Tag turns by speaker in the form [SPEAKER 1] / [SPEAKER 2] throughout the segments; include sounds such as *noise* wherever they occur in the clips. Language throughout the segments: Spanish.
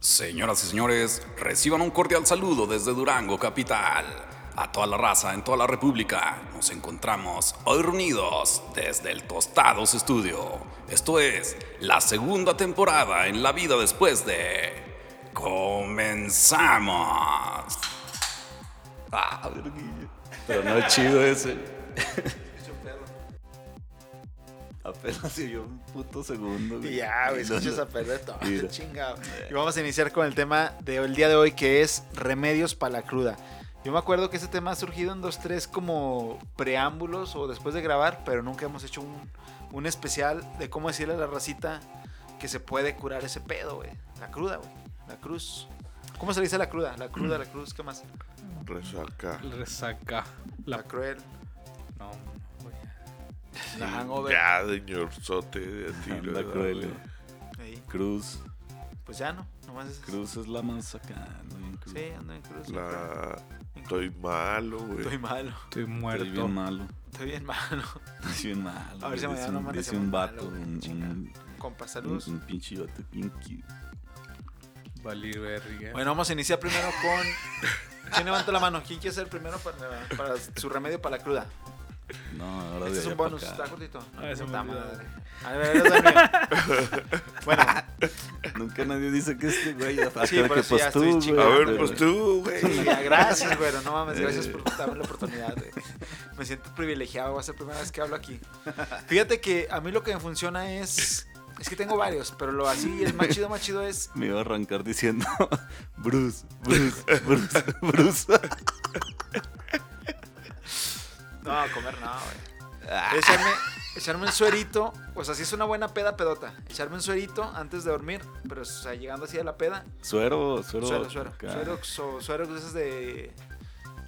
[SPEAKER 1] Señoras y señores, reciban un cordial saludo desde Durango, capital. A toda la raza en toda la República, nos encontramos hoy reunidos desde el Tostados Estudio. Esto es la segunda temporada en La Vida Después de... ¡Comenzamos! Ah, verguilla. Pero no es chido ese. Apenas se dio un puto segundo.
[SPEAKER 2] Y
[SPEAKER 1] güey.
[SPEAKER 2] ya, güey,
[SPEAKER 1] Y no-
[SPEAKER 2] escuchas a perder todo,
[SPEAKER 1] Mira.
[SPEAKER 2] *laughs* chingado. Y vamos a iniciar con el tema del día de hoy, que es remedios para la cruda. Yo me acuerdo que ese tema ha surgido en dos, tres como preámbulos o después de grabar, pero nunca hemos hecho un, un especial de cómo decirle a la racita que se puede curar ese pedo, güey. La cruda, güey. La cruz. ¿Cómo se le dice la cruda? La cruda, la cruz, ¿qué más?
[SPEAKER 3] Resaca.
[SPEAKER 4] Resaca.
[SPEAKER 2] La,
[SPEAKER 4] La...
[SPEAKER 2] cruel.
[SPEAKER 4] No, güey.
[SPEAKER 2] La hangover.
[SPEAKER 3] Ya, señor Sote, de a tiro.
[SPEAKER 1] Anda
[SPEAKER 3] ¿verdad,
[SPEAKER 1] cruel, eh.
[SPEAKER 3] güey?
[SPEAKER 1] güey.
[SPEAKER 2] Ahí.
[SPEAKER 1] Cruz.
[SPEAKER 2] Pues ya no, nomás es.
[SPEAKER 1] Cruz es la más acá. ando bien cruz.
[SPEAKER 2] Sí, ando en cruz.
[SPEAKER 3] La... Estoy malo, güey.
[SPEAKER 2] Estoy malo, *laughs*
[SPEAKER 4] Estoy
[SPEAKER 1] Estoy bien
[SPEAKER 4] muerto.
[SPEAKER 1] malo. *laughs*
[SPEAKER 2] estoy bien malo.
[SPEAKER 1] Estoy bien malo.
[SPEAKER 2] A ver si
[SPEAKER 1] güey. Dice
[SPEAKER 2] mañana no
[SPEAKER 1] un-
[SPEAKER 2] amanecemos
[SPEAKER 1] Dice un
[SPEAKER 2] malo,
[SPEAKER 1] vato,
[SPEAKER 2] güey,
[SPEAKER 1] un,
[SPEAKER 2] chinga.
[SPEAKER 1] un-
[SPEAKER 2] Compa,
[SPEAKER 1] un,
[SPEAKER 2] saludos.
[SPEAKER 1] un pinche vato bien cute.
[SPEAKER 4] Valir verga.
[SPEAKER 2] Bueno, vamos a iniciar primero con. ¿Quién levanta la mano? ¿Quién quiere ser el primero para, para su remedio para la cruda?
[SPEAKER 1] No, ahora de
[SPEAKER 2] Este es
[SPEAKER 1] allá
[SPEAKER 2] un
[SPEAKER 1] para
[SPEAKER 2] bonus,
[SPEAKER 1] acá.
[SPEAKER 2] está cortito.
[SPEAKER 4] Ah, ese me
[SPEAKER 2] Puta
[SPEAKER 4] olvidó.
[SPEAKER 2] madre. A ver, a ver, es
[SPEAKER 1] *laughs*
[SPEAKER 2] el mío. Bueno,
[SPEAKER 1] Nunca nadie dice que este güey
[SPEAKER 2] *laughs*
[SPEAKER 1] ya
[SPEAKER 2] Sí, por
[SPEAKER 1] que
[SPEAKER 2] eso ya
[SPEAKER 1] pues tú,
[SPEAKER 2] estoy
[SPEAKER 1] güey.
[SPEAKER 3] A
[SPEAKER 2] chingando,
[SPEAKER 3] ver, pues tú, güey.
[SPEAKER 2] sí, ya, gracias, güero. No mames, gracias por
[SPEAKER 1] Eh.
[SPEAKER 2] darme la oportunidad. güey. Me siento privilegiado, va a ser la primera vez que
[SPEAKER 1] *laughs*
[SPEAKER 2] hablo aquí. Fíjate que a mí lo que me funciona es. Es que tengo varios, pero lo así, el más chido, más chido es.
[SPEAKER 1] Me iba a arrancar diciendo *laughs* Bruce, Bruce, Bruce, Bruce.
[SPEAKER 2] *laughs* No, comer no, güey. Echarme, echarme un suerito. O sea, sí es una buena peda pedota. Echarme un suerito antes de dormir. Pero, o sea, llegando así a la peda.
[SPEAKER 1] Suero, suero.
[SPEAKER 2] Suero, suero.
[SPEAKER 1] acá.
[SPEAKER 2] Suero, so- suero de esos de.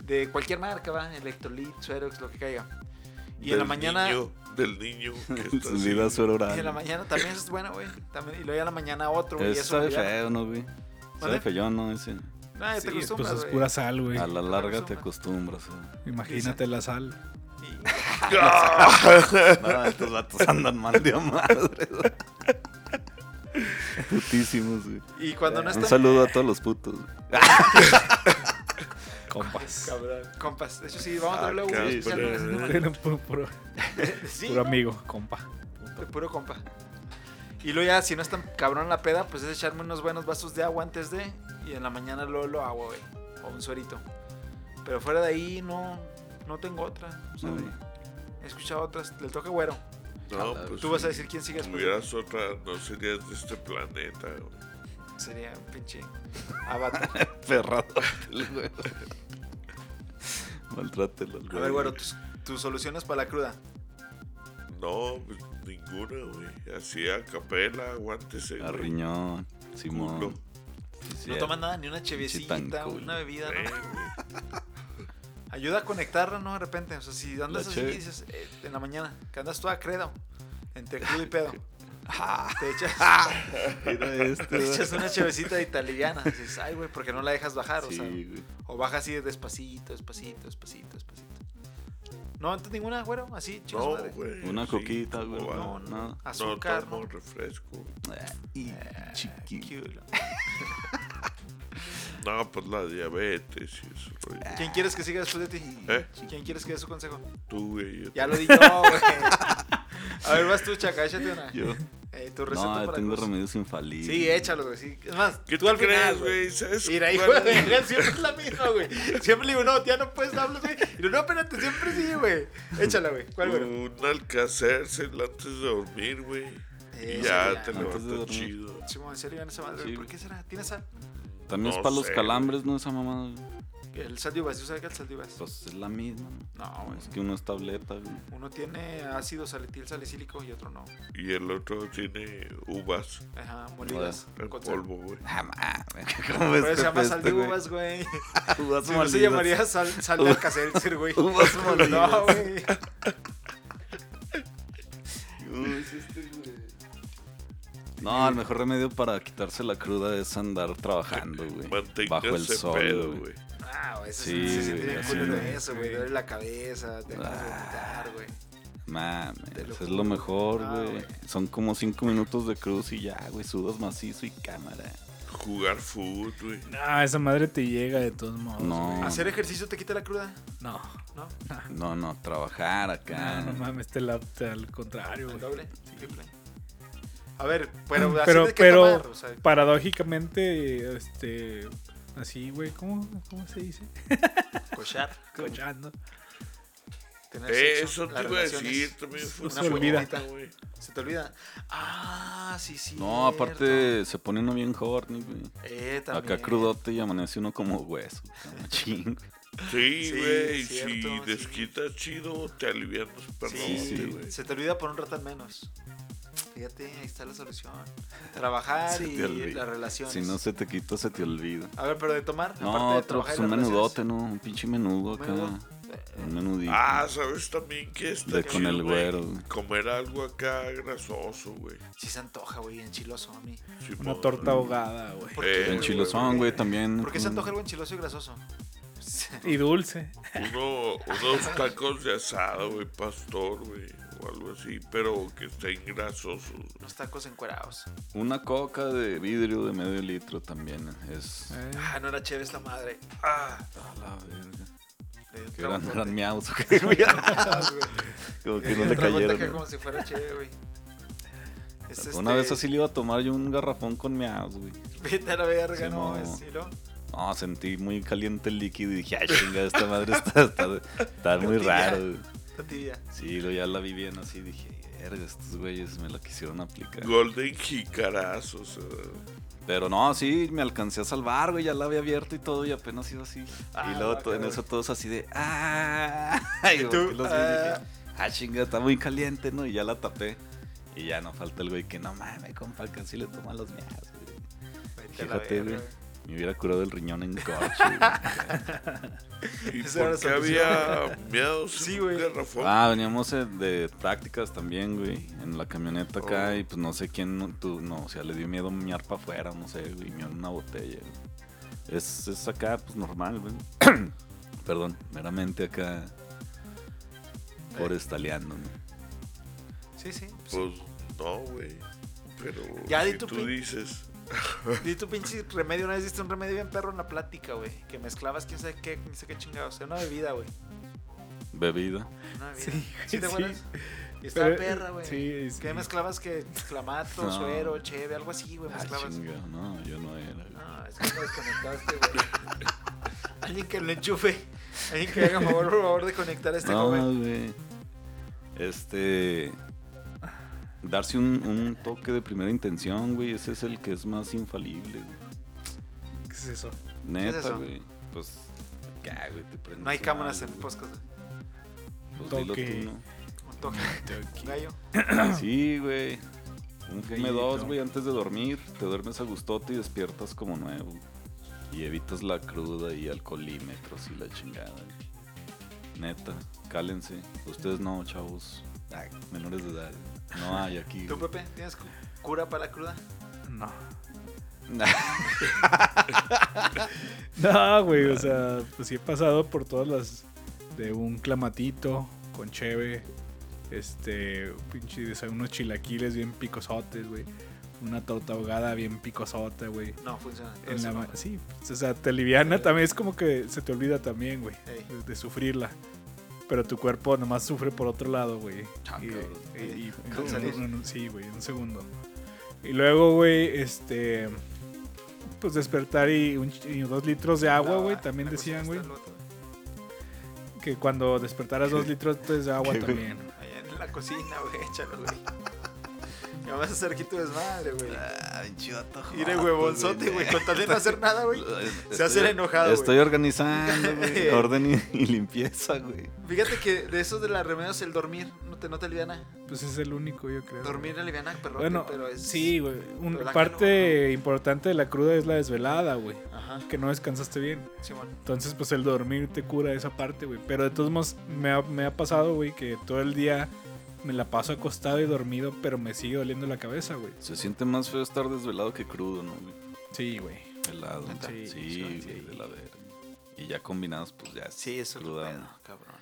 [SPEAKER 2] De cualquier marca, va. Electrolit, suerox, lo que caiga. Y en la
[SPEAKER 3] Del
[SPEAKER 2] mañana.
[SPEAKER 3] niño,
[SPEAKER 1] *laughs*
[SPEAKER 3] del niño. Que está
[SPEAKER 1] Se le da
[SPEAKER 3] así. *laughs*
[SPEAKER 1] suero
[SPEAKER 2] Y en la
[SPEAKER 1] oral.
[SPEAKER 2] mañana también eso es bueno, güey. También, y luego ya en la mañana otro, güey. y
[SPEAKER 1] Eso
[SPEAKER 2] Eso
[SPEAKER 1] sabe
[SPEAKER 2] güey, ya-
[SPEAKER 1] feo, ¿no, güey? Sabe
[SPEAKER 2] ¿Vale?
[SPEAKER 1] feo, ¿no? Ese.
[SPEAKER 2] Ah, ya
[SPEAKER 4] Sí,
[SPEAKER 2] te
[SPEAKER 4] pues
[SPEAKER 2] acostumbras,
[SPEAKER 4] es
[SPEAKER 2] güey.
[SPEAKER 4] pura sal, güey.
[SPEAKER 1] A la larga te
[SPEAKER 2] acostumbras.
[SPEAKER 1] acostumbras.
[SPEAKER 2] *laughs*
[SPEAKER 1] güey.
[SPEAKER 4] Imagínate la sal.
[SPEAKER 2] Y-
[SPEAKER 3] Ah,
[SPEAKER 1] No, estos vatos andan mal de a madre. güey. Putísimos, güey.
[SPEAKER 2] Y, cuando no
[SPEAKER 1] Un
[SPEAKER 2] están.
[SPEAKER 1] saludo a todos los putos. güey.
[SPEAKER 4] Compas. *laughs*
[SPEAKER 2] Compas, de hecho sí, vamos a darle un
[SPEAKER 3] Acá,
[SPEAKER 2] especial,
[SPEAKER 3] pero-
[SPEAKER 2] güey, así
[SPEAKER 4] Tiene puro, puro,
[SPEAKER 2] de- *laughs* Sí,
[SPEAKER 4] puro
[SPEAKER 2] ¿no?
[SPEAKER 4] amigo, compa.
[SPEAKER 2] De puro compa. Y luego ya, si no es tan cabrón la peda, pues es echarme unos buenos vasos de agua antes de. Y en la mañana luego lo agua, güey. O un suerito. Pero fuera de ahí no, no tengo otra. O sea,
[SPEAKER 1] Ay.
[SPEAKER 2] He escuchado otras. Le toca güero.
[SPEAKER 3] No, pues.
[SPEAKER 2] Tú vas a decir quién pues, sigue
[SPEAKER 3] Si
[SPEAKER 2] después.
[SPEAKER 3] tuvieras otra, no serías de este planeta, güey.
[SPEAKER 2] Sería un pinche *laughs* avatar.
[SPEAKER 1] Ferrado. Maltrátelo.
[SPEAKER 2] A ver, güero, tus, tus soluciones para la cruda.
[SPEAKER 3] No, pues, ninguna, güey. Así a capela, aguántese. güey.
[SPEAKER 1] A riñón. Simón.
[SPEAKER 3] Culo.
[SPEAKER 1] Sí, sí,
[SPEAKER 2] No toman nada, ni una
[SPEAKER 1] Pinche tan
[SPEAKER 2] chevecita,
[SPEAKER 1] cool.
[SPEAKER 2] una bebida,
[SPEAKER 3] Eh,
[SPEAKER 2] ¿no?
[SPEAKER 3] güey.
[SPEAKER 2] Ayuda a conectarla, ¿no? De repente. O sea, si andas
[SPEAKER 1] La
[SPEAKER 2] así,
[SPEAKER 1] cheve.
[SPEAKER 2] dices, eh, en la mañana, que andas toda credo. Entre crudo
[SPEAKER 1] *laughs*
[SPEAKER 2] y pedo. Te echas.
[SPEAKER 1] Mira este.
[SPEAKER 2] Te
[SPEAKER 1] güey.
[SPEAKER 2] *laughs* echas una chevecita italiana. Dices, ay, güey, porque no la dejas bajar, o
[SPEAKER 1] Sí,
[SPEAKER 2] sea.
[SPEAKER 1] güey.
[SPEAKER 2] O baja así de despacito, despacito, despacito, despacito. No, antes ninguna, güero, así, chicos.
[SPEAKER 3] No, güey.
[SPEAKER 1] Una
[SPEAKER 3] sí,
[SPEAKER 1] coquita,
[SPEAKER 3] ¿cómo
[SPEAKER 1] güey.
[SPEAKER 3] va?
[SPEAKER 1] No,
[SPEAKER 2] No,
[SPEAKER 1] no.
[SPEAKER 2] Azúcar,
[SPEAKER 3] no tomo
[SPEAKER 2] no.
[SPEAKER 3] refresco.
[SPEAKER 1] Y
[SPEAKER 2] Eh, Qué
[SPEAKER 1] chiqui.
[SPEAKER 2] culo.
[SPEAKER 3] No, pues la diabetes y eso, güey.
[SPEAKER 2] ¿Quién quieres que siga después de ti?
[SPEAKER 3] ¿Eh?
[SPEAKER 2] ¿Quién quieres que dé su consejo?
[SPEAKER 3] Tú, güey. yo-
[SPEAKER 2] Ya lo di
[SPEAKER 1] *laughs*
[SPEAKER 2] yo, güey. A ver, vas tú, chaca, échate una.
[SPEAKER 1] Yo.
[SPEAKER 2] Eh, tu receta
[SPEAKER 1] No,
[SPEAKER 2] para
[SPEAKER 1] tengo
[SPEAKER 2] cruz.
[SPEAKER 1] remedios infalibles.
[SPEAKER 2] Sí, échalo, güey. Sí. Es más,
[SPEAKER 3] ¿Qué
[SPEAKER 2] tú al final,
[SPEAKER 3] crees, güey? ¿Sabes
[SPEAKER 2] Mira, hijo
[SPEAKER 3] cuál
[SPEAKER 2] de
[SPEAKER 3] es?
[SPEAKER 2] verga, siempre es la misma, güey. Siempre le digo, no, ya no puedes hablar, güey. Y no, no, espérate, siempre sí, güey. Échala, güey. ¿Cuál,
[SPEAKER 1] Uh,
[SPEAKER 2] güey?
[SPEAKER 3] Un alcacérsel antes de dormir, güey.
[SPEAKER 2] Eh,
[SPEAKER 3] y ya
[SPEAKER 2] ya.
[SPEAKER 3] te
[SPEAKER 1] Antes de
[SPEAKER 3] levantas
[SPEAKER 1] dormir.
[SPEAKER 3] chido.
[SPEAKER 2] Simón, en serio, ya no se va a ver.
[SPEAKER 1] Sí,
[SPEAKER 2] ¿Por
[SPEAKER 1] güey.
[SPEAKER 2] qué será? ¿Tiene sal?
[SPEAKER 1] También
[SPEAKER 3] No
[SPEAKER 1] es para los
[SPEAKER 3] sé,
[SPEAKER 1] calambres, ¿no? Esa mamada. güey.
[SPEAKER 2] El sal de uvas, ¿yo sabía que el sal de uvas?
[SPEAKER 1] Pues es la misma. ¿no?
[SPEAKER 2] No, güey.
[SPEAKER 1] Es que uno es tableta, güey.
[SPEAKER 2] Uno tiene ácido saletil salicílico y otro no.
[SPEAKER 3] Y el otro tiene uvas
[SPEAKER 2] Ajá, molidas.
[SPEAKER 3] en
[SPEAKER 2] con
[SPEAKER 1] *laughs*
[SPEAKER 2] sal.
[SPEAKER 3] polvo, güey.
[SPEAKER 1] Ah, mames. *laughs* ¿Cómo
[SPEAKER 2] Pero
[SPEAKER 1] ves
[SPEAKER 2] se
[SPEAKER 1] que
[SPEAKER 2] llama sal
[SPEAKER 1] apesta,
[SPEAKER 2] de
[SPEAKER 1] güey?
[SPEAKER 2] uvas, güey.
[SPEAKER 1] Uvas
[SPEAKER 2] Si no se
[SPEAKER 1] molidas.
[SPEAKER 2] llamaría sal, sal de
[SPEAKER 1] Uvas-
[SPEAKER 2] alcacelcer, güey.
[SPEAKER 1] uvas
[SPEAKER 2] No,
[SPEAKER 1] molidas.
[SPEAKER 2] güey.
[SPEAKER 1] Uy, sí, este, güey. No, el mejor remedio para quitarse la cruda es andar trabajando, güey.
[SPEAKER 3] Manténgase
[SPEAKER 1] Bajo el sol,
[SPEAKER 3] pedo,
[SPEAKER 1] güey.
[SPEAKER 3] güey.
[SPEAKER 2] Ah, güey, eso
[SPEAKER 1] Sí,
[SPEAKER 2] sí, se siente
[SPEAKER 1] güey,
[SPEAKER 2] bien
[SPEAKER 1] así,
[SPEAKER 2] culero
[SPEAKER 1] güey.
[SPEAKER 2] eso, güey. Duele la cabeza, te vas a vomitar, güey.
[SPEAKER 1] Mames,
[SPEAKER 2] Te lo
[SPEAKER 1] eso es
[SPEAKER 2] juro.
[SPEAKER 1] lo mejor,
[SPEAKER 2] Ah,
[SPEAKER 1] güey.
[SPEAKER 2] güey.
[SPEAKER 1] Son como cinco minutos de cruz y ya, güey, sudas macizo y cámara.
[SPEAKER 3] Jugar fútbol, güey.
[SPEAKER 4] No, Ah, esa madre te llega de todos modos.
[SPEAKER 1] No.
[SPEAKER 4] güey.
[SPEAKER 2] ¿Hacer ejercicio te quita la cruda?
[SPEAKER 4] No.
[SPEAKER 2] ¿No?
[SPEAKER 1] No, no, trabajar acá.
[SPEAKER 4] No, no mames, te la, te- al contrario, güey.
[SPEAKER 2] Doble, triple. A ver, pero así
[SPEAKER 4] Mm, Pero,
[SPEAKER 2] de qué
[SPEAKER 4] pero
[SPEAKER 2] tomar, o sea,
[SPEAKER 4] paradójicamente, este. Así, güey, ¿cómo, ¿cómo se dice?
[SPEAKER 2] cochar,
[SPEAKER 4] Cochando.
[SPEAKER 2] tener
[SPEAKER 3] Eh,
[SPEAKER 2] sexo,
[SPEAKER 3] eso te
[SPEAKER 2] las
[SPEAKER 3] iba a
[SPEAKER 2] relaciones.
[SPEAKER 3] decir también. fue
[SPEAKER 4] No se
[SPEAKER 3] una
[SPEAKER 4] olvida.
[SPEAKER 3] pregunta, güey.
[SPEAKER 2] Se te olvida. Ah, sí, sí.
[SPEAKER 1] No, aparte se pone uno bien horny, güey.
[SPEAKER 2] Eh, también.
[SPEAKER 1] Acá crudote y amanece uno como hueso.
[SPEAKER 2] *laughs*
[SPEAKER 1] como Ching.
[SPEAKER 3] Sí,
[SPEAKER 2] Sí,
[SPEAKER 3] güey.
[SPEAKER 2] cierto,
[SPEAKER 3] si
[SPEAKER 2] sí.
[SPEAKER 3] desquitas chido, te alivianas, perdón.
[SPEAKER 2] Sí,
[SPEAKER 1] sí.
[SPEAKER 3] güey.
[SPEAKER 2] Se te olvida por un rato al menos. Fíjate, ahí está la solución. Trabajar
[SPEAKER 1] Se te
[SPEAKER 2] y
[SPEAKER 1] olvida.
[SPEAKER 2] las relaciones.
[SPEAKER 1] Si no se te quita, se te olvida.
[SPEAKER 2] A ver, pero de tomar. aparte
[SPEAKER 1] No,
[SPEAKER 2] de
[SPEAKER 1] otro,
[SPEAKER 2] trabajar
[SPEAKER 1] pues
[SPEAKER 2] y
[SPEAKER 1] un
[SPEAKER 2] las
[SPEAKER 1] menudote, ¿no? Un pinche menudo acá.
[SPEAKER 2] relaciones,
[SPEAKER 1] Un menudito.
[SPEAKER 3] Ah, ¿sabes también que está
[SPEAKER 1] De con
[SPEAKER 3] chido,
[SPEAKER 1] el
[SPEAKER 3] güey?
[SPEAKER 1] güero, güey.
[SPEAKER 3] Comer algo acá grasoso, güey.
[SPEAKER 2] Sí se antoja, güey, enchiloso a mí.
[SPEAKER 3] Sí,
[SPEAKER 4] Una
[SPEAKER 3] mo-
[SPEAKER 4] torta ahogada, güey.
[SPEAKER 2] ¿Por
[SPEAKER 3] Eh,
[SPEAKER 2] qué,
[SPEAKER 1] El chilozón, güey, también.
[SPEAKER 2] ¿Por qué se antoja algo enchiloso y grasoso?
[SPEAKER 4] Y dulce.
[SPEAKER 3] Uno, unos tacos de asado, güey, pastor, güey, o algo así, pero que estén grasosos. güey.
[SPEAKER 2] Unos tacos encuerados.
[SPEAKER 1] Una coca de vidrio de medio litro también es.
[SPEAKER 4] Eh,
[SPEAKER 2] Ah, no era chévere esta madre. Ah,
[SPEAKER 1] A la verga.
[SPEAKER 2] le di un
[SPEAKER 1] Que eran,
[SPEAKER 2] trago
[SPEAKER 1] eran miaus,
[SPEAKER 2] *laughs*
[SPEAKER 1] güey, güey.
[SPEAKER 2] fuerte, güey.
[SPEAKER 1] Como que
[SPEAKER 2] Le di
[SPEAKER 1] no
[SPEAKER 2] un
[SPEAKER 1] le
[SPEAKER 2] trago fuerte
[SPEAKER 1] cayeron.
[SPEAKER 2] acá
[SPEAKER 1] ¿no?
[SPEAKER 2] Como si fuera chévere, güey. Es
[SPEAKER 1] Una
[SPEAKER 2] este-
[SPEAKER 1] vez así le iba a tomar yo un garrafón con miaus, güey.
[SPEAKER 2] Vete a la verga,
[SPEAKER 1] Sí,
[SPEAKER 2] no,
[SPEAKER 1] no.
[SPEAKER 2] es- y luego-
[SPEAKER 1] No, sentí muy caliente el líquido y dije, ay, chinga, esta madre está, está,
[SPEAKER 2] *laughs*
[SPEAKER 1] está muy raro. güey".
[SPEAKER 2] Está tibia.
[SPEAKER 1] Sí, lo ya la vi bien así, dije, verga, estos güeyes me la quisieron aplicar.
[SPEAKER 3] Golden jicarazos. eh.
[SPEAKER 1] Pero no, sí, me alcancé a salvar, güey, ya la había abierto y todo y apenas iba así.
[SPEAKER 2] Ah,
[SPEAKER 1] y luego
[SPEAKER 2] va,
[SPEAKER 1] to- en
[SPEAKER 2] cabrón.
[SPEAKER 1] eso todos así de, ah, *laughs* y
[SPEAKER 2] ¿Y
[SPEAKER 1] yo
[SPEAKER 2] tú?
[SPEAKER 1] volteé los vi y dije,
[SPEAKER 2] Ah.
[SPEAKER 1] ah, chinga, está muy caliente, ¿no? Y ya la tapé. Y ya no falta el güey que no mames, compa, que así le toma los mías, güey.
[SPEAKER 2] Vete a la
[SPEAKER 1] Fíjate,
[SPEAKER 2] verga,
[SPEAKER 1] güey.
[SPEAKER 2] güey.
[SPEAKER 1] Me hubiera curado el riñón en corcho. güey.
[SPEAKER 2] *laughs*
[SPEAKER 3] ¿Y
[SPEAKER 2] Esa era
[SPEAKER 3] por
[SPEAKER 2] la
[SPEAKER 3] qué
[SPEAKER 2] solución. *laughs*
[SPEAKER 3] había miados
[SPEAKER 2] Sí,
[SPEAKER 3] en un
[SPEAKER 2] güey.
[SPEAKER 3] garrafón?
[SPEAKER 1] Ah, veníamos eh, de prácticas también, güey, en la camioneta acá
[SPEAKER 3] Oh.
[SPEAKER 1] y pues no sé quién, no, tú, no, o sea, le dio miedo miar para afuera, no sé, güey, mió en una botella. güey. Es, es acá, pues normal, güey. *clears throat* Perdón, meramente acá
[SPEAKER 2] Eh.
[SPEAKER 1] por estaleando, güey.
[SPEAKER 2] Sí, sí.
[SPEAKER 3] Pues no, güey. Pero
[SPEAKER 2] Ya di
[SPEAKER 3] si
[SPEAKER 2] tu
[SPEAKER 3] tú
[SPEAKER 2] pin-
[SPEAKER 3] dices,
[SPEAKER 2] Di tu pinche remedio. Una vez diste un remedio bien perro en la plática, güey. Que mezclabas quién sabe qué, quién sabe qué chingados. Era una bebida, güey.
[SPEAKER 1] Bebida.
[SPEAKER 2] Una bebida.
[SPEAKER 4] Sí, güey,
[SPEAKER 2] ¿Sí te
[SPEAKER 4] sí.
[SPEAKER 2] acuerdas? Y estaba
[SPEAKER 4] Pero,
[SPEAKER 2] perra, güey.
[SPEAKER 4] sí, sí.
[SPEAKER 2] Que mezclabas que clamato,
[SPEAKER 1] No.
[SPEAKER 2] suero, cheve, algo así, güey.
[SPEAKER 1] Ah,
[SPEAKER 2] Mezclabas.
[SPEAKER 1] chinga, no, yo no era. güey.
[SPEAKER 2] No, es que lo desconectaste, güey. Alguien que lo enchufe. Alguien que haga favor, por favor, de conectar a este
[SPEAKER 1] No,
[SPEAKER 2] joven.
[SPEAKER 1] güey. Este. Darse un, un toque de primera intención, güey, ese es el que es más infalible, güey.
[SPEAKER 4] ¿Qué es
[SPEAKER 2] *laughs*
[SPEAKER 4] eso?
[SPEAKER 1] Neta,
[SPEAKER 2] eso?
[SPEAKER 1] güey. Pues. acá, güey, te prendes
[SPEAKER 2] No hay
[SPEAKER 1] un
[SPEAKER 2] cámaras en
[SPEAKER 1] algo, güey.
[SPEAKER 2] podcast. güey.
[SPEAKER 1] Pues dilo
[SPEAKER 4] Toque.
[SPEAKER 1] tú,
[SPEAKER 2] Un toque. Un gallo.
[SPEAKER 1] ¿no? Sí, güey. Un fume
[SPEAKER 4] Gallito.
[SPEAKER 1] dos, güey, antes de dormir. Te duermes a gustote y despiertas como nuevo. Y evitas la cruda y alcoholímetros y la chingada. güey. Neta, cálense. Ustedes no, chavos. Ay, menores de edad. No hay aquí.
[SPEAKER 2] ¿Tú,
[SPEAKER 1] güey.
[SPEAKER 2] Pepe, tienes cu- cura para la cruda?
[SPEAKER 4] No.
[SPEAKER 1] *laughs* Nah.
[SPEAKER 4] *laughs* No, güey, o sea, pues sí he pasado por todas las de un clamatito con cheve, este, pinche, o sea, unos chilaquiles bien picosotes, güey, una torta ahogada bien picosota, güey.
[SPEAKER 2] No, funciona.
[SPEAKER 4] En
[SPEAKER 2] Eso
[SPEAKER 4] la
[SPEAKER 2] no. Eh.
[SPEAKER 4] ma- sí, pues, o sea, te liviana también, es como que se te olvida también, güey,
[SPEAKER 2] Ey.
[SPEAKER 4] de, de sufrirla. Pero tu cuerpo nomás sufre por otro lado, güey.
[SPEAKER 1] Ah,
[SPEAKER 4] Y-
[SPEAKER 1] cabrón.
[SPEAKER 4] y- y-
[SPEAKER 2] ¿Cómo
[SPEAKER 4] en-
[SPEAKER 2] salir?
[SPEAKER 4] en- en- Sí, güey, en un segundo. Y luego, güey, este. Pues despertar y, un ch- y dos litros de agua,
[SPEAKER 2] No, ah,
[SPEAKER 4] güey.
[SPEAKER 2] la
[SPEAKER 4] También
[SPEAKER 2] cosa
[SPEAKER 4] decían,
[SPEAKER 2] no
[SPEAKER 4] güey,
[SPEAKER 2] está al otro, güey.
[SPEAKER 4] que cuando
[SPEAKER 2] *laughs*
[SPEAKER 4] despertaras dos litros pues, de agua
[SPEAKER 1] ¿Qué, güey?
[SPEAKER 4] también.
[SPEAKER 2] Allá en la cocina, güey, échalo, güey. *laughs* Ya vas a hacer aquí tu desmadre, güey.
[SPEAKER 1] Ay, chido antojo,
[SPEAKER 2] Mire, huevonzote, güey, con tal de no hacer nada, *laughs* güey. Se hace el
[SPEAKER 1] Estoy-
[SPEAKER 2] enojado,
[SPEAKER 1] Estoy
[SPEAKER 2] güey.
[SPEAKER 1] organizando, güey.
[SPEAKER 2] *laughs*
[SPEAKER 1] Orden y, y limpieza, güey.
[SPEAKER 2] Fíjate que de esos de las remedios, el dormir, no te, no te aliviana.
[SPEAKER 4] Pues es el único, yo creo.
[SPEAKER 2] Dormir aliviana, pero,
[SPEAKER 4] Bueno,
[SPEAKER 2] pero es...
[SPEAKER 4] sí, güey. Una
[SPEAKER 2] pero la
[SPEAKER 4] parte
[SPEAKER 2] calor,
[SPEAKER 4] importante de la cruda es la desvelada, güey.
[SPEAKER 2] Ajá,
[SPEAKER 4] Que no descansaste bien.
[SPEAKER 2] Simón.
[SPEAKER 4] Entonces, pues el dormir te cura esa parte, güey. Pero de todos modos, me ha, me ha pasado, güey, que todo el día me la paso acostado y dormido, pero me sigue doliendo la cabeza, güey.
[SPEAKER 1] Se siente más feo estar desvelado que crudo, ¿no, güey?
[SPEAKER 4] Sí, güey.
[SPEAKER 1] Helado.
[SPEAKER 2] ¿Neta?
[SPEAKER 1] Sí,
[SPEAKER 4] Sí,
[SPEAKER 1] güey,
[SPEAKER 4] sí.
[SPEAKER 1] de la verga. Y ya combinados, pues ya. es
[SPEAKER 2] Sí, eso es
[SPEAKER 1] cruda,
[SPEAKER 2] un pedo, cabrón.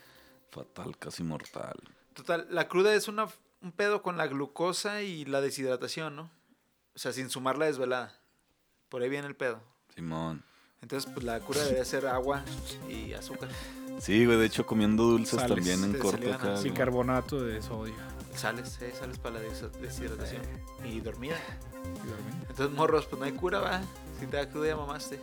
[SPEAKER 1] Fatal, casi mortal.
[SPEAKER 2] Total, la cruda es una, un pedo con la glucosa y la deshidratación, ¿no? O sea, sin sumar la desvelada. Por ahí viene el pedo.
[SPEAKER 5] Simón.
[SPEAKER 2] Entonces, pues la cura debería ser agua y azúcar,
[SPEAKER 5] Sí, güey, de hecho comiendo dulces
[SPEAKER 4] Sales.
[SPEAKER 5] también en
[SPEAKER 2] Te
[SPEAKER 5] corto
[SPEAKER 2] salían
[SPEAKER 5] acá.
[SPEAKER 2] así,
[SPEAKER 5] güey.
[SPEAKER 4] Bicarbonato de sodio.
[SPEAKER 2] sales, eh, sales para la des- deshidratación Eh, y dormida.
[SPEAKER 4] Y dormir.
[SPEAKER 2] Entonces, morros, pues no hay cura, va. Si te da cruda, ya mamaste.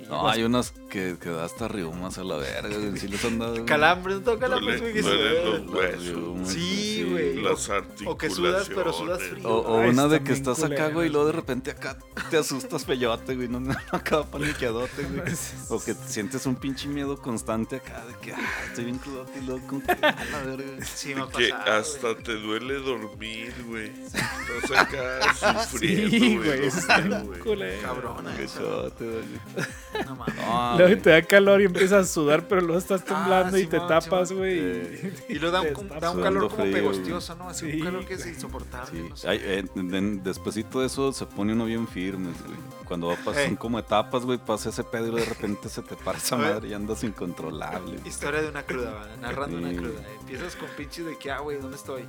[SPEAKER 2] Y
[SPEAKER 5] No, hay unas que, que da hasta reumas a la verga, güey. Sí les han
[SPEAKER 2] *laughs*
[SPEAKER 5] dado. güey.
[SPEAKER 2] Calambres, no tengo calambres,
[SPEAKER 3] Duele-
[SPEAKER 2] güey. que
[SPEAKER 3] duelen
[SPEAKER 2] se-
[SPEAKER 3] los
[SPEAKER 5] Dios,
[SPEAKER 3] huesos.
[SPEAKER 2] Sí,
[SPEAKER 5] sí.
[SPEAKER 2] güey.
[SPEAKER 3] Las
[SPEAKER 2] O que sudas, pero sudas
[SPEAKER 3] articulaciones.
[SPEAKER 5] O,
[SPEAKER 2] frío.
[SPEAKER 5] o
[SPEAKER 4] Ay,
[SPEAKER 5] una de
[SPEAKER 4] están
[SPEAKER 5] que
[SPEAKER 4] bien
[SPEAKER 5] estás acá,
[SPEAKER 4] culeras,
[SPEAKER 5] güey, y luego de
[SPEAKER 4] güey.
[SPEAKER 5] repente acá te asustas peyote, güey. No, no, acá paniqueadote, güey.
[SPEAKER 2] *laughs*
[SPEAKER 5] O que sientes un pinche miedo constante acá de que ah, estoy bien crudote y luego con que, a la
[SPEAKER 2] *laughs*
[SPEAKER 5] verga.
[SPEAKER 2] Sí, me ha
[SPEAKER 3] Que
[SPEAKER 2] pasado.
[SPEAKER 3] hasta te duele dormir, güey. Estás
[SPEAKER 2] *laughs*
[SPEAKER 3] acá sufriendo,
[SPEAKER 4] Sí,
[SPEAKER 3] güey.
[SPEAKER 4] güey. eso está
[SPEAKER 3] dormido,
[SPEAKER 4] bien
[SPEAKER 3] güey.
[SPEAKER 4] culero.
[SPEAKER 2] Cabrona,
[SPEAKER 5] Qué
[SPEAKER 2] esa,
[SPEAKER 5] chote, güey.
[SPEAKER 2] No mames.
[SPEAKER 5] No,
[SPEAKER 4] Luego
[SPEAKER 5] güey.
[SPEAKER 4] te da calor y empiezas a sudar, pero luego estás temblando y te
[SPEAKER 2] Ah, Simón,
[SPEAKER 4] tapas,
[SPEAKER 2] Simón.
[SPEAKER 4] güey.
[SPEAKER 5] Eh,
[SPEAKER 2] *laughs*
[SPEAKER 4] y-
[SPEAKER 2] Y luego da
[SPEAKER 4] te
[SPEAKER 2] un, da un
[SPEAKER 5] sudando
[SPEAKER 2] calor como
[SPEAKER 5] frío, güey.
[SPEAKER 2] pegostioso, ¿no? Así un
[SPEAKER 4] Sí,
[SPEAKER 2] calor que es
[SPEAKER 4] güey.
[SPEAKER 2] insoportable.
[SPEAKER 5] Sí,
[SPEAKER 2] no sé.
[SPEAKER 5] ay, eh, den- despacito de eso se pone uno bien firme, güey. Cuando va a pasar,
[SPEAKER 2] Ey.
[SPEAKER 5] son como etapas, güey, pasa ese pedo y de repente se te para esa
[SPEAKER 2] A ver.
[SPEAKER 5] madre y andas incontrolable. *laughs* güey.
[SPEAKER 2] Historia de una cruda, ¿va? narrando
[SPEAKER 5] Sí.
[SPEAKER 2] una cruda. Empiezas con pinches de que, ah, güey, ¿dónde estoy?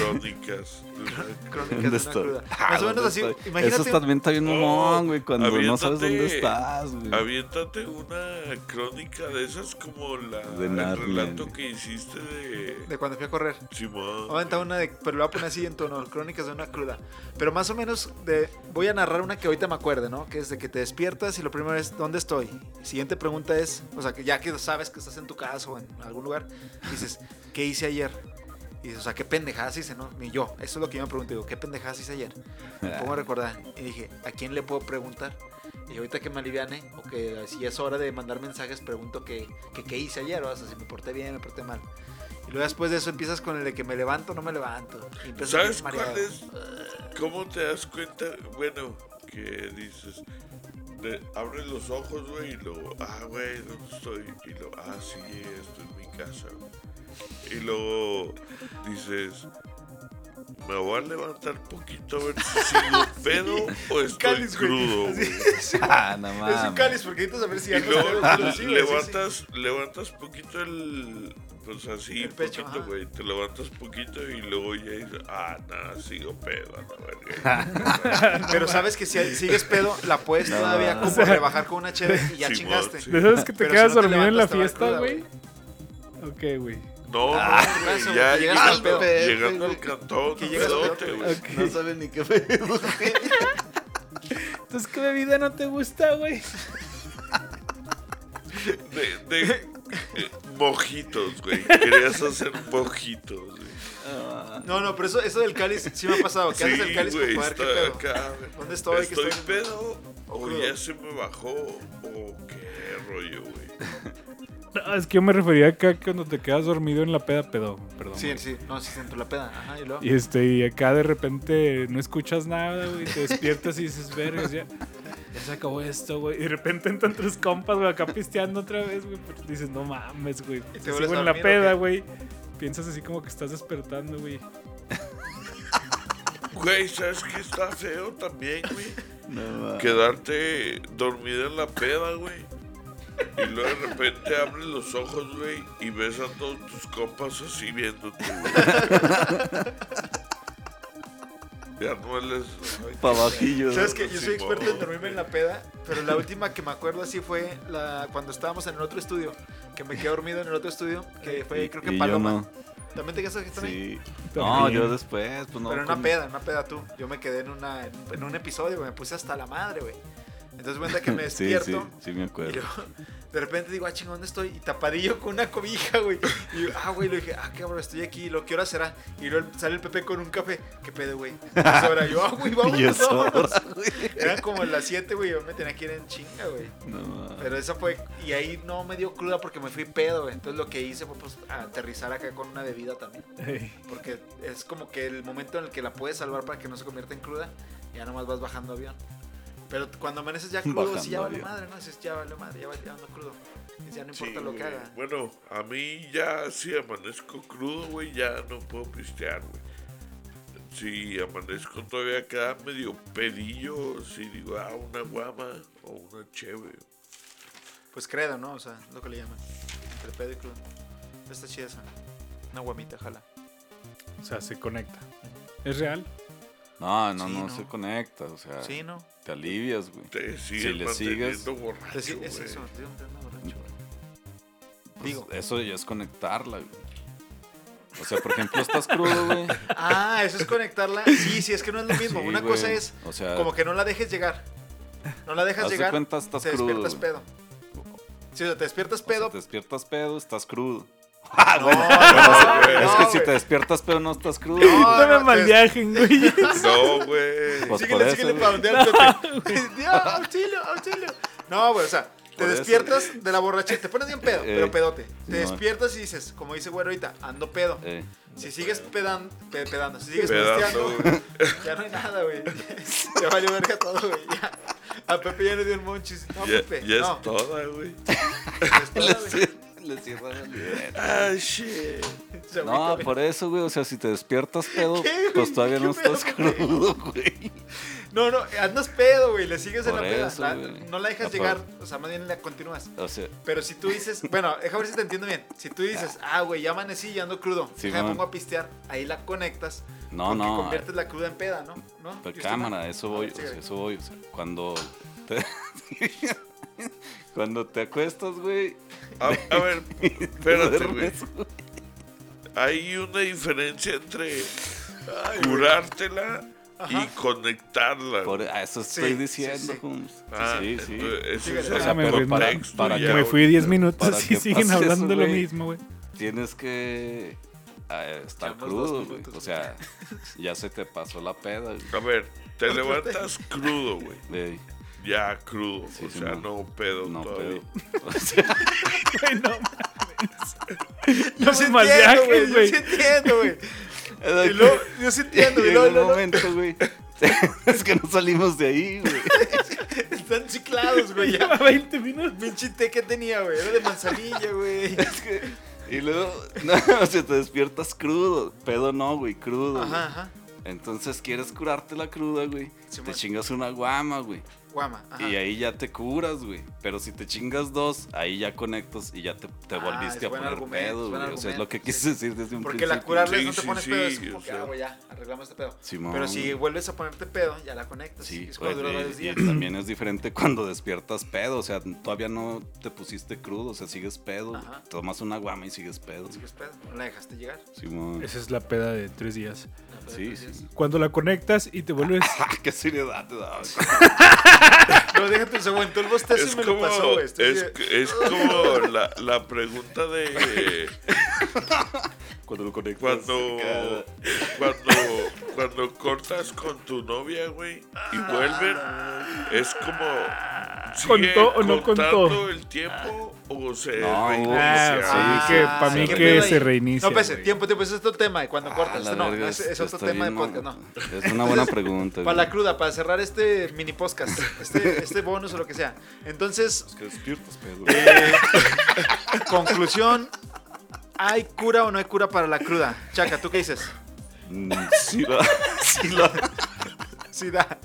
[SPEAKER 3] Crónicas.
[SPEAKER 2] Crónicas de
[SPEAKER 5] ¿Dónde
[SPEAKER 2] una
[SPEAKER 5] estoy?
[SPEAKER 2] cruda.
[SPEAKER 5] Ah,
[SPEAKER 2] Más o
[SPEAKER 5] ¿dónde
[SPEAKER 2] menos así,
[SPEAKER 5] estoy?
[SPEAKER 2] imagínate. Oh,
[SPEAKER 5] Eso también está bien mamón, güey, cuando no sabes
[SPEAKER 3] aviéntate.
[SPEAKER 5] dónde estás, güey.
[SPEAKER 3] Aviéntate una crónica de esas como la,
[SPEAKER 5] De
[SPEAKER 3] el
[SPEAKER 5] Narnia,
[SPEAKER 3] relato
[SPEAKER 5] güey.
[SPEAKER 3] que hiciste de
[SPEAKER 2] De cuando fui a correr.
[SPEAKER 3] Simón.
[SPEAKER 2] Voy a aventar una de, pero lo voy a poner así en tono, crónicas de una cruda. Pero más o menos de, voy a narrar una que ahorita me acuerde, ¿no? Que es de que te despiertas y lo primero es, ¿dónde estoy? Siguiente pregunta es, o sea, que ya que sabes que estás en tu casa o en algún lugar, dices, ¿qué hice ayer? Y dices, o sea, ¿qué pendejadas hice, no? Ni yo. Eso es lo que yo me pregunto, digo, ¿qué pendejadas hice ayer?
[SPEAKER 5] *laughs*
[SPEAKER 2] Me pongo a recordar. Y dije, ¿a quién le puedo preguntar? Y ahorita que me aliviane, o que si ya es hora de mandar mensajes, pregunto que, que qué hice ayer, o sea, si me porté bien, me porté mal. Y luego después de eso empiezas con el de que me levanto, no me levanto. Y empiezas a
[SPEAKER 3] ¿Sabes
[SPEAKER 2] sentir mareado.
[SPEAKER 3] cuál es? ¿Cómo te das cuenta? Bueno, que dices, de- abres los ojos, güey, y luego, ah, güey, ¿dónde estoy? Y luego, ah, sí, esto es mi casa. güey. Y luego dices, me voy a levantar poquito a ver si
[SPEAKER 2] *laughs*
[SPEAKER 3] sigo pedo o estoy
[SPEAKER 2] cáliz, güey. *laughs*
[SPEAKER 3] crudo,
[SPEAKER 2] Así
[SPEAKER 3] güey.
[SPEAKER 2] es.
[SPEAKER 5] Ah, no
[SPEAKER 2] Es un
[SPEAKER 5] mames.
[SPEAKER 2] cáliz, porque necesitas saber si
[SPEAKER 3] Y
[SPEAKER 2] ya no
[SPEAKER 3] luego
[SPEAKER 2] está algo así, güey, sí, sí.
[SPEAKER 3] levantas, levantas poquito el. Pues así,
[SPEAKER 2] El pecho,
[SPEAKER 3] poquito,
[SPEAKER 2] ajá.
[SPEAKER 3] güey. Te levantas poquito y luego ya dices, ah, nada, sigo pedo, a
[SPEAKER 2] *laughs* Ah.
[SPEAKER 3] la verga.
[SPEAKER 2] Pero sabes que si hay- sigues pedo, la puedes
[SPEAKER 5] No,
[SPEAKER 2] todavía
[SPEAKER 5] o
[SPEAKER 2] como
[SPEAKER 4] sea,
[SPEAKER 2] rebajar con una chévere y ya
[SPEAKER 3] sí,
[SPEAKER 2] chingaste.
[SPEAKER 3] sí.
[SPEAKER 4] De esas que te
[SPEAKER 2] Pero si
[SPEAKER 4] quedas
[SPEAKER 2] no te
[SPEAKER 4] dormido en la
[SPEAKER 2] levantas, te va a dar
[SPEAKER 4] fiesta,
[SPEAKER 2] cruda,
[SPEAKER 4] güey. Ok, güey.
[SPEAKER 3] No,
[SPEAKER 2] Ah.
[SPEAKER 3] no, güey,
[SPEAKER 2] eso,
[SPEAKER 3] ya
[SPEAKER 2] porque llegas al
[SPEAKER 3] llegando,
[SPEAKER 2] pedo.
[SPEAKER 3] llegando al cantón,
[SPEAKER 2] Que
[SPEAKER 3] que
[SPEAKER 2] llegas al pedo,
[SPEAKER 3] pedote, güey.
[SPEAKER 4] Ok.
[SPEAKER 5] No saben ni qué pedo.
[SPEAKER 4] Entonces, ¿qué bebida no te gusta, güey? *laughs*
[SPEAKER 3] De,
[SPEAKER 2] *laughs*
[SPEAKER 3] de eh, mojitos, güey. Querías hacer mojitos, güey.
[SPEAKER 2] No, no, pero eso, eso del cáliz sí me ha pasado. Que haces el cáliz
[SPEAKER 3] güey,
[SPEAKER 2] para ver qué
[SPEAKER 3] está
[SPEAKER 2] pedo.
[SPEAKER 3] acá, güey.
[SPEAKER 2] ¿Dónde estoy? ¿Qué
[SPEAKER 3] ¿Estoy
[SPEAKER 2] estoy
[SPEAKER 3] pedo?
[SPEAKER 2] ¿O
[SPEAKER 3] ¿O
[SPEAKER 2] crudo?
[SPEAKER 3] ya se me bajó? ¿O qué rollo, güey?
[SPEAKER 4] No, es que yo me refería acá que cuando te quedas dormido en la peda, pedo. Perdón.
[SPEAKER 2] Sí,
[SPEAKER 4] güey.
[SPEAKER 2] sí, no, sí, dentro de la peda. Ajá, y luego.
[SPEAKER 4] Y este, y acá de repente no escuchas nada, güey. Te despiertas y dices, vergas, ya, ya se acabó esto, güey. Y de repente entran tus compas, güey, acá pisteando otra vez, güey. pero Dices, no mames, güey.
[SPEAKER 2] te
[SPEAKER 4] Te
[SPEAKER 2] vuelves
[SPEAKER 4] sigo
[SPEAKER 2] a
[SPEAKER 4] en la
[SPEAKER 2] dormir,
[SPEAKER 4] peda,
[SPEAKER 2] ¿o
[SPEAKER 4] güey. Piensas así como que estás despertando, güey.
[SPEAKER 3] Güey, ¿sabes qué está feo también, güey?
[SPEAKER 5] No,
[SPEAKER 3] Quedarte dormida en la peda, güey. Y luego de repente abres los ojos, güey, y ves a todos tus compas así viéndote, güey. Ya no les... ay,
[SPEAKER 5] pa' bajillo.
[SPEAKER 2] ¿Sabes que Yo soy
[SPEAKER 3] Simón,
[SPEAKER 2] experto en dormirme
[SPEAKER 3] güey.
[SPEAKER 2] en la peda, pero la última que me acuerdo así fue la, cuando estábamos en el otro estudio, que me quedé dormido en el otro estudio, que fue creo que
[SPEAKER 5] Y yo
[SPEAKER 2] Paloma.
[SPEAKER 5] no.
[SPEAKER 2] ¿También te quedaste aquí también?
[SPEAKER 5] Sí. No,
[SPEAKER 4] También.
[SPEAKER 5] yo después, pues no.
[SPEAKER 2] pero
[SPEAKER 1] *laughs*
[SPEAKER 2] en una
[SPEAKER 5] con-
[SPEAKER 2] peda, en una peda tú. Yo me quedé en, una, en, en un episodio, me puse hasta la madre, güey. Entonces cuenta que
[SPEAKER 5] *laughs*
[SPEAKER 2] me
[SPEAKER 5] Sí,
[SPEAKER 2] despierto.
[SPEAKER 5] sí, sí, me
[SPEAKER 2] Y
[SPEAKER 5] acuerdo.
[SPEAKER 2] luego, de repente digo, ah, chingón, ¿dónde estoy? Y tapadillo con una cobija, güey. Y yo, ah, güey, le dije, ah, cabrón, estoy aquí, ¿lo qué hora será? Y luego sale el Pepe con un café, ¿qué pedo, güey? Es hora. Yo, ah, güey, vamos,
[SPEAKER 5] Y eso.
[SPEAKER 2] vámonos. Eran como las 7, güey, yo me tenía que ir en chinga, güey.
[SPEAKER 5] No, mames.
[SPEAKER 2] Pero esa fue, y ahí no me dio cruda porque me fui pedo, güey. Entonces lo que hice fue, pues, aterrizar acá con una bebida también.
[SPEAKER 4] Ey,
[SPEAKER 2] Porque es como que el momento en el que la puedes salvar para que no se convierta en cruda, ya nomás vas bajando avión. Pero cuando amaneces ya crudo, si ya
[SPEAKER 5] Bajando
[SPEAKER 2] vale
[SPEAKER 5] avión.
[SPEAKER 2] madre, ¿no? Dices, ya vale madre, ya va ya ando crudo. Dices, ya no
[SPEAKER 3] Sí,
[SPEAKER 2] importa lo que
[SPEAKER 3] güey.
[SPEAKER 2] haga.
[SPEAKER 3] Bueno, a mí ya si amanezco crudo, güey, ya no puedo pistear, güey. Si amanezco todavía acá medio pedillo, si digo, ah, una guama o una cheve.
[SPEAKER 2] Pues credo, ¿no? O sea, es lo que le llaman. Entre pedo y crudo. Está chida esa. Una guamita, jala.
[SPEAKER 4] o sea, se conecta. ¿Es real?
[SPEAKER 1] No, no,
[SPEAKER 2] Sí,
[SPEAKER 1] no,
[SPEAKER 2] no.
[SPEAKER 1] se conecta, o
[SPEAKER 5] Ah.
[SPEAKER 1] sea.
[SPEAKER 2] Sí, ¿no?
[SPEAKER 1] Te alivias, güey.
[SPEAKER 3] Te sigues
[SPEAKER 1] si le sigues,
[SPEAKER 3] manteniendo borracho,
[SPEAKER 2] Pues sí, es
[SPEAKER 3] güey.
[SPEAKER 2] eso, te digo, te ando borracho.
[SPEAKER 1] pues,
[SPEAKER 2] digo.
[SPEAKER 1] eso ya es conectarla, güey. O sea, por ejemplo, estás
[SPEAKER 2] *laughs*
[SPEAKER 1] crudo, güey.
[SPEAKER 2] Ah, eso es conectarla. Sí, sí, es que no es lo mismo.
[SPEAKER 1] Sí,
[SPEAKER 2] Una
[SPEAKER 1] güey.
[SPEAKER 2] cosa es
[SPEAKER 1] O sea,
[SPEAKER 2] como que no la dejes llegar. No la dejas
[SPEAKER 1] Haz de
[SPEAKER 2] llegar.
[SPEAKER 1] cuenta, estás
[SPEAKER 2] te
[SPEAKER 1] crudo,
[SPEAKER 2] despiertas
[SPEAKER 1] güey.
[SPEAKER 2] pedo. Sí, o sea, te despiertas
[SPEAKER 1] o sea,
[SPEAKER 2] pedo.
[SPEAKER 1] te despiertas pedo, estás crudo.
[SPEAKER 2] No, no, güey,
[SPEAKER 1] es
[SPEAKER 2] *laughs* no,
[SPEAKER 1] que si
[SPEAKER 2] güey.
[SPEAKER 1] te despiertas pedo, no estás crudo. *laughs*
[SPEAKER 2] No,
[SPEAKER 1] güey.
[SPEAKER 4] *laughs* No me
[SPEAKER 2] te- *laughs*
[SPEAKER 4] malviajen, güey.
[SPEAKER 3] No, güey.
[SPEAKER 1] Pues por
[SPEAKER 2] síguele,
[SPEAKER 1] eso,
[SPEAKER 2] síguele
[SPEAKER 1] güey. *laughs*
[SPEAKER 2] para ondearte. Dios, "Ah, auxilio, auxilio. No, güey, o sea, te
[SPEAKER 1] Por eso.
[SPEAKER 2] despiertas de la borrachera, te pones bien pedo,
[SPEAKER 1] Eh,
[SPEAKER 2] pero pedote.
[SPEAKER 1] sí,
[SPEAKER 2] Te
[SPEAKER 1] no.
[SPEAKER 2] despiertas y dices, como dice güero ahorita, ando pedo.
[SPEAKER 1] Eh,
[SPEAKER 2] Si sigues pedan- pe- pedando, si sigues
[SPEAKER 3] Pedando,
[SPEAKER 2] pisteando, *laughs* ya no hay nada, güey. *laughs* Ya valió verga todo, güey. Ya. A Pepe ya le dio un monchis. No, pues
[SPEAKER 3] Ya,
[SPEAKER 2] Pepe,
[SPEAKER 3] ya
[SPEAKER 2] no.
[SPEAKER 3] es
[SPEAKER 2] *laughs*
[SPEAKER 3] toda, güey.
[SPEAKER 2] es todo,
[SPEAKER 1] *laughs*
[SPEAKER 2] güey.
[SPEAKER 1] le cierras el video.
[SPEAKER 3] Ah, shit.
[SPEAKER 2] *laughs* Se agüita,
[SPEAKER 1] No,
[SPEAKER 2] güey.
[SPEAKER 1] por eso, güey. O sea, si te despiertas pedo,
[SPEAKER 2] *laughs* ¿Qué, güey?
[SPEAKER 1] pues todavía
[SPEAKER 2] ¿Qué
[SPEAKER 1] no
[SPEAKER 2] pedo,
[SPEAKER 1] estás
[SPEAKER 2] güey?
[SPEAKER 1] crudo, güey.
[SPEAKER 2] No, no, andas pedo, güey. Le sigues en la
[SPEAKER 1] Por
[SPEAKER 2] peda.
[SPEAKER 1] eso,
[SPEAKER 2] la-
[SPEAKER 1] güey.
[SPEAKER 2] no la dejas
[SPEAKER 1] Apa-
[SPEAKER 2] llegar. O sea, más bien la continúas.
[SPEAKER 1] O sea,
[SPEAKER 2] Pero si tú
[SPEAKER 1] *laughs*
[SPEAKER 2] dices, bueno, déjame ver si te entiendo bien. Si tú dices, ah, güey, ya amanecí y ando crudo,
[SPEAKER 1] Sí,
[SPEAKER 2] déjame
[SPEAKER 1] man.
[SPEAKER 2] pongo a pistear, ahí la conectas.
[SPEAKER 1] no,
[SPEAKER 2] porque
[SPEAKER 1] no.
[SPEAKER 2] conviertes la cruda en peda, ¿no? ¿No?
[SPEAKER 1] Pero
[SPEAKER 2] Yo estoy
[SPEAKER 1] cámara,
[SPEAKER 2] mal.
[SPEAKER 1] eso
[SPEAKER 2] A
[SPEAKER 1] voy,
[SPEAKER 2] ver,
[SPEAKER 1] o sea,
[SPEAKER 2] síguele.
[SPEAKER 1] eso voy. O sea, cuando te, *laughs* cuando te acuestas, güey.
[SPEAKER 3] A, a ver,
[SPEAKER 1] te *laughs*
[SPEAKER 3] espérate, güey.
[SPEAKER 1] duermes.
[SPEAKER 3] Hay una diferencia entre curártela y conectarla.
[SPEAKER 1] Por,
[SPEAKER 3] güey.
[SPEAKER 1] a eso
[SPEAKER 2] Sí,
[SPEAKER 1] estoy
[SPEAKER 2] sí,
[SPEAKER 1] diciendo,
[SPEAKER 2] sí.
[SPEAKER 1] Holmes. Sí,
[SPEAKER 3] Ah,
[SPEAKER 1] sí. sí.
[SPEAKER 3] entonces, ese
[SPEAKER 2] Síguele.
[SPEAKER 3] es
[SPEAKER 2] O
[SPEAKER 3] el
[SPEAKER 4] sea, me fui-
[SPEAKER 3] contexto
[SPEAKER 1] para- para
[SPEAKER 3] y ya,
[SPEAKER 1] que
[SPEAKER 4] Me fui 10
[SPEAKER 1] Para
[SPEAKER 4] minutos
[SPEAKER 1] que
[SPEAKER 4] y siguen
[SPEAKER 1] pase
[SPEAKER 4] hablando
[SPEAKER 1] eso,
[SPEAKER 4] lo
[SPEAKER 1] güey.
[SPEAKER 4] mismo, güey.
[SPEAKER 1] Tienes que eh, estar
[SPEAKER 2] Echamos
[SPEAKER 1] crudo,
[SPEAKER 2] dos
[SPEAKER 1] güey.
[SPEAKER 2] minutos,
[SPEAKER 1] O sea, ya se te pasó la peda, güey.
[SPEAKER 3] A ver,
[SPEAKER 2] *laughs*
[SPEAKER 3] te levantas crudo, güey.
[SPEAKER 1] Güey,
[SPEAKER 3] Ya crudo.
[SPEAKER 1] Sí,
[SPEAKER 3] o
[SPEAKER 1] sí,
[SPEAKER 3] sea,
[SPEAKER 1] man.
[SPEAKER 3] no pedo
[SPEAKER 1] no
[SPEAKER 3] todavía.
[SPEAKER 1] pedo. O sea,
[SPEAKER 4] Güey, no
[SPEAKER 2] Yo sí
[SPEAKER 1] *laughs*
[SPEAKER 4] No más
[SPEAKER 2] entiendo,
[SPEAKER 4] viajes,
[SPEAKER 2] güey. Yo
[SPEAKER 4] güey.
[SPEAKER 2] sí entiendo, güey. *laughs* Y
[SPEAKER 1] *laughs*
[SPEAKER 2] luego, yo sí entiendo, y
[SPEAKER 1] en
[SPEAKER 2] luego,
[SPEAKER 1] un
[SPEAKER 2] luego,
[SPEAKER 1] momento, güey. *laughs* es que no salimos de ahí, güey.
[SPEAKER 2] están chiclados, güey. ya.
[SPEAKER 1] *laughs*
[SPEAKER 4] Lleva 20 minutos.
[SPEAKER 2] Pinche té que tenía, güey. Era de manzanilla,
[SPEAKER 1] *laughs*
[SPEAKER 2] güey.
[SPEAKER 1] Es que- Y luego, *laughs* no, o sea, te despiertas crudo. Pedo no, güey, crudo.
[SPEAKER 2] Ajá,
[SPEAKER 1] Ajá.
[SPEAKER 2] ajá.
[SPEAKER 1] Entonces quieres curarte la cruda, güey.
[SPEAKER 2] Sí,
[SPEAKER 1] te
[SPEAKER 2] man.
[SPEAKER 1] chingas una guama, güey.
[SPEAKER 2] Guama, ajá.
[SPEAKER 1] Y ahí ya te curas, güey. Pero si te chingas dos, ahí ya conectas y ya te, te
[SPEAKER 2] Ah,
[SPEAKER 1] volviste
[SPEAKER 2] es
[SPEAKER 1] a
[SPEAKER 2] buen
[SPEAKER 1] poner
[SPEAKER 2] argumento,
[SPEAKER 1] pedo,
[SPEAKER 2] es buen
[SPEAKER 1] güey. O sea, es lo que quise
[SPEAKER 2] argumento, sí.
[SPEAKER 1] decir desde un
[SPEAKER 2] Porque la
[SPEAKER 1] principio.
[SPEAKER 2] curarles
[SPEAKER 3] Sí,
[SPEAKER 2] no te
[SPEAKER 3] sí,
[SPEAKER 2] pones
[SPEAKER 3] sí,
[SPEAKER 2] pedo, es
[SPEAKER 3] o
[SPEAKER 2] como que,
[SPEAKER 3] sea.
[SPEAKER 2] ah, güey, ya, arreglamos este pedo.
[SPEAKER 1] Simón.
[SPEAKER 2] Pero si vuelves a ponerte pedo, ya la conectas.
[SPEAKER 1] Sí,
[SPEAKER 2] es cuando
[SPEAKER 1] güey,
[SPEAKER 2] dura
[SPEAKER 1] y-
[SPEAKER 2] varios
[SPEAKER 1] y
[SPEAKER 2] días.
[SPEAKER 1] también es diferente cuando despiertas pedo, o sea, todavía no te pusiste crudo, o sea, sigues pedo, güey.
[SPEAKER 2] Ajá.
[SPEAKER 1] tomas una guama y sigues pedo.
[SPEAKER 2] Así que es pedo, No la dejaste llegar.
[SPEAKER 1] Ah, Simón. *laughs*
[SPEAKER 4] Esa es la peda de tres días.
[SPEAKER 2] La pedo
[SPEAKER 1] Sí,
[SPEAKER 2] que
[SPEAKER 1] sí.
[SPEAKER 2] hacías.
[SPEAKER 4] Cuando la conectas y te vuelves.
[SPEAKER 1] Ah, qué seriedad te da. güey.
[SPEAKER 2] No, déjate, se aguantó el bostezo
[SPEAKER 3] Es
[SPEAKER 2] y me
[SPEAKER 3] como,
[SPEAKER 2] lo pasó, güey. Estoy
[SPEAKER 3] es,
[SPEAKER 2] de-
[SPEAKER 3] es como la, la
[SPEAKER 2] *laughs*
[SPEAKER 3] pregunta de
[SPEAKER 1] Cuando lo conectas.
[SPEAKER 3] cuando,
[SPEAKER 1] acá.
[SPEAKER 3] cuando, cuando cortas con tu novia, güey, y vuelven, es como... ¿sigue
[SPEAKER 4] ¿Contó o no contó?
[SPEAKER 3] contando el tiempo o se...
[SPEAKER 1] No,
[SPEAKER 3] reinicia?
[SPEAKER 1] güey,
[SPEAKER 4] Ah, sí,
[SPEAKER 1] Ah,
[SPEAKER 4] que
[SPEAKER 1] sí,
[SPEAKER 4] para
[SPEAKER 1] sí,
[SPEAKER 4] mí
[SPEAKER 1] sí.
[SPEAKER 2] ¿qué
[SPEAKER 4] que
[SPEAKER 2] pedo
[SPEAKER 4] se
[SPEAKER 2] ahí?
[SPEAKER 4] reinicia.
[SPEAKER 2] No, pese,
[SPEAKER 4] güey.
[SPEAKER 2] tiempo, tiempo, ese es otro tema. Cuando
[SPEAKER 1] Ah,
[SPEAKER 2] cortas,
[SPEAKER 1] la
[SPEAKER 2] no,
[SPEAKER 1] verga,
[SPEAKER 2] es, es otro
[SPEAKER 1] está
[SPEAKER 2] tema de
[SPEAKER 1] bien,
[SPEAKER 2] podcast, no.
[SPEAKER 1] Es una buena pregunta.
[SPEAKER 2] *laughs* Para la
[SPEAKER 1] güey.
[SPEAKER 2] cruda, para cerrar este mini podcast, este, este bonus o lo que sea. Entonces, eh,
[SPEAKER 1] Es que despiertas, pedo.
[SPEAKER 2] conclusión, ¿hay cura o no hay cura para la cruda? Chaca, ¿tú qué dices?
[SPEAKER 1] Mm, Sí la,
[SPEAKER 2] *laughs*
[SPEAKER 1] sí la,
[SPEAKER 2] Sí, da.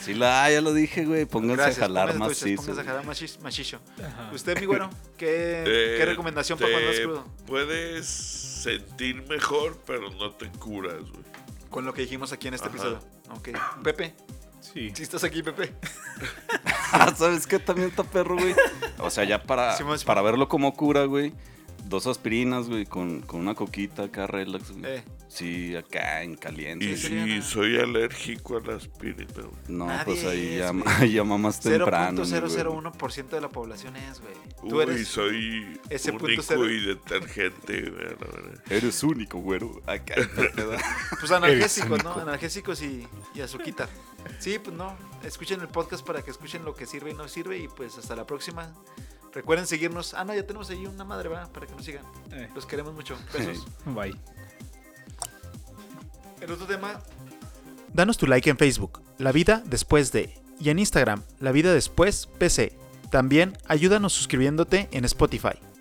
[SPEAKER 1] sí la hay, ya lo dije, güey. Pónganse
[SPEAKER 2] Gracias,
[SPEAKER 1] a jalar
[SPEAKER 2] pónganse
[SPEAKER 1] más
[SPEAKER 2] truchas, pónganse a jalar machis- machicho. Usted, mi güero, ¿qué,
[SPEAKER 3] Eh,
[SPEAKER 2] qué recomendación para
[SPEAKER 3] te
[SPEAKER 2] cuando es crudo?
[SPEAKER 3] Puedes sentir mejor, pero no te curas, güey.
[SPEAKER 2] Con lo que dijimos aquí en este
[SPEAKER 3] Ajá.
[SPEAKER 2] episodio. Ok. Pepe,
[SPEAKER 4] Sí.
[SPEAKER 2] si estás aquí, Pepe.
[SPEAKER 1] Ah, ¿sabes qué? También está perro, güey. O sea, ya para,
[SPEAKER 2] Simón, Simón.
[SPEAKER 1] para verlo como cura, güey. Dos aspirinas, güey, con, con una coquita acá, relax, güey.
[SPEAKER 2] Eh.
[SPEAKER 1] Sí, acá en caliente.
[SPEAKER 3] Y
[SPEAKER 2] Sí, sería
[SPEAKER 3] si
[SPEAKER 2] una-
[SPEAKER 3] soy alérgico a la aspirina, güey.
[SPEAKER 1] No,
[SPEAKER 2] Nadie
[SPEAKER 1] pues ahí
[SPEAKER 2] es,
[SPEAKER 1] ya,
[SPEAKER 2] güey.
[SPEAKER 1] ahí *laughs* ya mamás temprano. güey.
[SPEAKER 2] 0.001% de la población es, güey. Tú
[SPEAKER 3] Uy,
[SPEAKER 2] eres.
[SPEAKER 3] soy
[SPEAKER 2] ese punto
[SPEAKER 3] único
[SPEAKER 2] cero.
[SPEAKER 3] y detergente, güey. a la verdad.
[SPEAKER 1] Eres único, güero. Acá.
[SPEAKER 2] Pues analgésicos, ¿no? Analgésicos y, y azuquita. Sí, pues no. Escuchen el podcast para que escuchen lo que sirve y no sirve. Y pues hasta la próxima. Recuerden seguirnos. Ah, no, ya tenemos ahí una madre, ¿verdad? Para que nos sigan.
[SPEAKER 4] Eh,
[SPEAKER 2] Los queremos mucho. Besos.
[SPEAKER 4] Bye.
[SPEAKER 2] El otro tema. Danos tu like en Facebook, La Vida Después de, y en Instagram, La Vida Después PC. También ayúdanos suscribiéndote en Spotify.